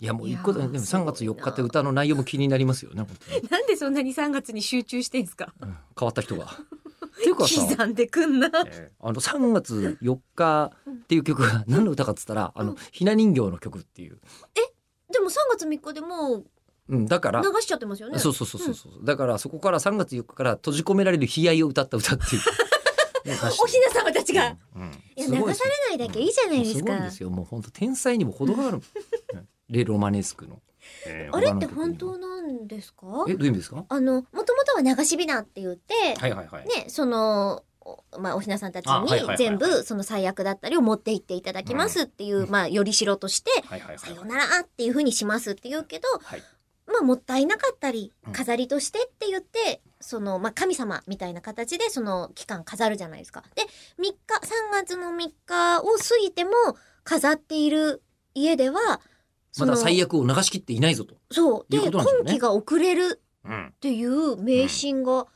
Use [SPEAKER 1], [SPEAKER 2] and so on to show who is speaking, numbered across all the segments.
[SPEAKER 1] いやもう
[SPEAKER 2] いや
[SPEAKER 1] 一
[SPEAKER 2] ー
[SPEAKER 1] 個だでも3月
[SPEAKER 2] すご
[SPEAKER 1] 4
[SPEAKER 2] いな
[SPEAKER 1] 日って歌の内容も気になりますよね本 当に
[SPEAKER 2] なんでそんなに3月に集中してんすか
[SPEAKER 1] うん変わった 人が。っていうかさ、
[SPEAKER 2] 刻んでくんな
[SPEAKER 1] えーあの3月4日っていう曲が何の歌かっつったらあのひな人形の曲っていう、
[SPEAKER 2] でも3月3日でもう
[SPEAKER 1] うん、だから
[SPEAKER 2] 流しちゃってますよね
[SPEAKER 1] そうそうそうそうそう、だからそこから3月4日から閉じ込められる悲哀を歌った歌 っていうね歌詞
[SPEAKER 2] おひな様たちが、
[SPEAKER 1] うんうん
[SPEAKER 2] いや
[SPEAKER 1] すごで
[SPEAKER 2] 流
[SPEAKER 1] す
[SPEAKER 2] さ
[SPEAKER 1] よ
[SPEAKER 2] れないだけいいじゃないです
[SPEAKER 1] もうすごいん
[SPEAKER 2] か
[SPEAKER 1] ですよもう本当天才にも程がある、 うんレ・ロマネスクの、えー
[SPEAKER 2] あれ
[SPEAKER 1] 他
[SPEAKER 2] っ
[SPEAKER 1] の
[SPEAKER 2] て
[SPEAKER 1] 曲に
[SPEAKER 2] 本
[SPEAKER 1] も
[SPEAKER 2] 当なんですか
[SPEAKER 1] えどういう意味ですか
[SPEAKER 2] あのもともとは流しびなって言って、
[SPEAKER 1] はいはいはい、
[SPEAKER 2] ねそのおまあ、おひなさんたち
[SPEAKER 1] あはいはいはいは
[SPEAKER 2] に
[SPEAKER 1] い
[SPEAKER 2] 全部その最悪だったりを持って行っていただきますっていう、まあ、よりしろとして、
[SPEAKER 1] はいはいはい
[SPEAKER 2] さよならっていうふうにしますって言うけど、
[SPEAKER 1] はい
[SPEAKER 2] まあ、もったいなかったり
[SPEAKER 1] うん
[SPEAKER 2] 飾りとしてって言って、その、まあ、神様みたいな形でその期間飾るじゃないですか。で3日3月の3日を過ぎても飾っている家では
[SPEAKER 1] ま
[SPEAKER 2] その
[SPEAKER 1] だ最悪を流し切っていないぞと、
[SPEAKER 2] そうで
[SPEAKER 1] いうことなんでしょうね
[SPEAKER 2] 今期が遅れる
[SPEAKER 1] うん、
[SPEAKER 2] っていう迷信が、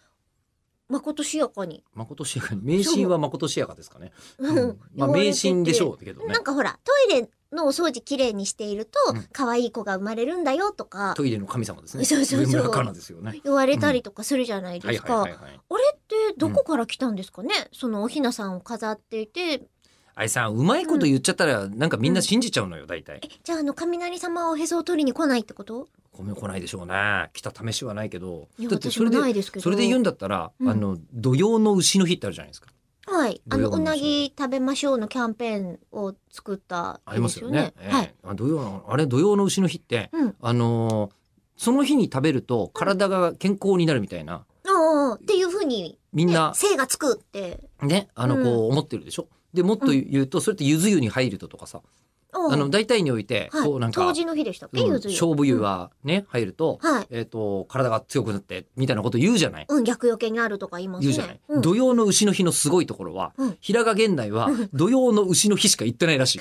[SPEAKER 2] まことしやかに、
[SPEAKER 1] まことしやかに迷信はまことしやかですかね、 うんまあ
[SPEAKER 2] 言われてて
[SPEAKER 1] 迷信でしょうけどね
[SPEAKER 2] なんかほらトイレのお掃除きれいにしていると、
[SPEAKER 1] うん
[SPEAKER 2] 可愛い子が生まれるんだよとか
[SPEAKER 1] トイレの神様ですね
[SPEAKER 2] そうそうそう
[SPEAKER 1] 上村かなですよね
[SPEAKER 2] 言われたりとかするじゃない
[SPEAKER 1] は
[SPEAKER 2] で
[SPEAKER 1] い
[SPEAKER 2] す
[SPEAKER 1] はいは
[SPEAKER 2] か
[SPEAKER 1] い。はい
[SPEAKER 2] あれってどこから来たんですかね、そのおひなさんを飾っていて
[SPEAKER 1] あれさうまいこと言っちゃったらなんかみんな信じちゃうのよ大体
[SPEAKER 2] えじゃああの雷様はおへそを取りに来ないってこと
[SPEAKER 1] 米来ないでしょうね来た試しはないけど
[SPEAKER 2] いや
[SPEAKER 1] だって
[SPEAKER 2] 私
[SPEAKER 1] そ
[SPEAKER 2] も
[SPEAKER 1] れ
[SPEAKER 2] な
[SPEAKER 1] で
[SPEAKER 2] いですけど
[SPEAKER 1] それで言うんだったら、
[SPEAKER 2] うん
[SPEAKER 1] あの土曜の牛の日ってあるじゃないですか
[SPEAKER 2] はいあの
[SPEAKER 1] 土曜の
[SPEAKER 2] うなぎ食べましょうのキャンペーンを作った
[SPEAKER 1] あ
[SPEAKER 2] 日
[SPEAKER 1] り
[SPEAKER 2] で
[SPEAKER 1] ますす
[SPEAKER 2] よ
[SPEAKER 1] よ
[SPEAKER 2] ね
[SPEAKER 1] ね、ええ
[SPEAKER 2] はい、
[SPEAKER 1] あ土曜のあれ土曜の牛の日って
[SPEAKER 2] うん
[SPEAKER 1] あのーその日に食べると体が健康になるみたいな
[SPEAKER 2] ああっていうふうに、
[SPEAKER 1] みん
[SPEAKER 2] ね
[SPEAKER 1] な、
[SPEAKER 2] 精がつくって
[SPEAKER 1] ねあのこう思ってるでしょ、でもっと言うとそれってゆず湯に入るととかさ、
[SPEAKER 2] あ
[SPEAKER 1] あの大体において
[SPEAKER 2] はい
[SPEAKER 1] こうなんか、
[SPEAKER 2] 冬至の日でしたっけ
[SPEAKER 1] うん
[SPEAKER 2] ゆず湯
[SPEAKER 1] 勝負湯はね、入ると,、
[SPEAKER 2] はい
[SPEAKER 1] えー、と体が強くなってみたいなこと言うじゃない
[SPEAKER 2] うん逆よけになるとか言います
[SPEAKER 1] 言
[SPEAKER 2] ね
[SPEAKER 1] うじゃない、
[SPEAKER 2] うん
[SPEAKER 1] 土曜の牛の日のすごいところは、
[SPEAKER 2] うん
[SPEAKER 1] 平賀源内は
[SPEAKER 2] うん
[SPEAKER 1] 土曜の牛の日しか言ってないら しい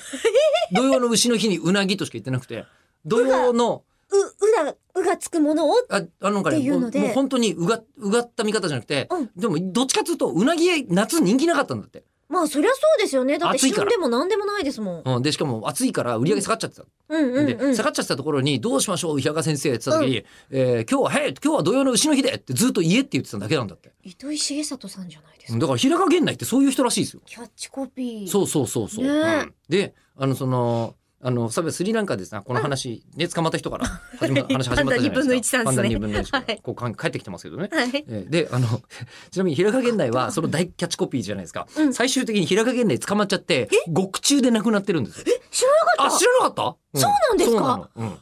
[SPEAKER 1] 土曜の牛の日にうなぎとしか言ってなくて土曜の
[SPEAKER 2] う、うだ、うがつくものを、
[SPEAKER 1] ああのなんか
[SPEAKER 2] って
[SPEAKER 1] ね
[SPEAKER 2] いう
[SPEAKER 1] も
[SPEAKER 2] の
[SPEAKER 1] う
[SPEAKER 2] で
[SPEAKER 1] もう本当にうがうがった見方じゃなくて、
[SPEAKER 2] うん
[SPEAKER 1] でもどっちかっていうとうなぎ夏人気なかったんだって、
[SPEAKER 2] まあそりゃそうですよね。だって
[SPEAKER 1] 暑いから
[SPEAKER 2] 旬でも何でもないですもん。
[SPEAKER 1] うん、でしかも暑いから売り上げ下がっちゃってた、
[SPEAKER 2] うんうんう
[SPEAKER 1] で
[SPEAKER 2] ん。
[SPEAKER 1] 下がっちゃったところに「どうしましょう平賀先生」って言った時に「えー今日はへい今日は土曜の牛の日で」ってずっと「家」って言ってただけなんだって
[SPEAKER 2] 糸井重里さんじゃないで
[SPEAKER 1] う
[SPEAKER 2] すか。
[SPEAKER 1] んだから平賀源内ってそういう人らしいですよ。
[SPEAKER 2] キャッチコピー。
[SPEAKER 1] そうそうそうそう。
[SPEAKER 2] ねえ
[SPEAKER 1] うんであのそのあのサブスリランカでさこの話ね捕まった人から始 ま話始まったじゃないですか。パ
[SPEAKER 2] パンダ二
[SPEAKER 1] ンダ二
[SPEAKER 2] 分
[SPEAKER 1] 分
[SPEAKER 2] の
[SPEAKER 1] の
[SPEAKER 2] 一
[SPEAKER 1] 一
[SPEAKER 2] さん
[SPEAKER 1] か
[SPEAKER 2] ですね
[SPEAKER 1] らこうかん帰ってきてますけどね。
[SPEAKER 2] はい。
[SPEAKER 1] えーであの ちなみに平賀源内はその大キャッチコピーじゃないですか、
[SPEAKER 2] うん
[SPEAKER 1] 最終的に平賀源内捕まっちゃって獄中で亡くなってるんですよ
[SPEAKER 2] 知らなか
[SPEAKER 1] あ
[SPEAKER 2] った。
[SPEAKER 1] 知らなかった、
[SPEAKER 2] そうなんですか
[SPEAKER 1] そうなのうん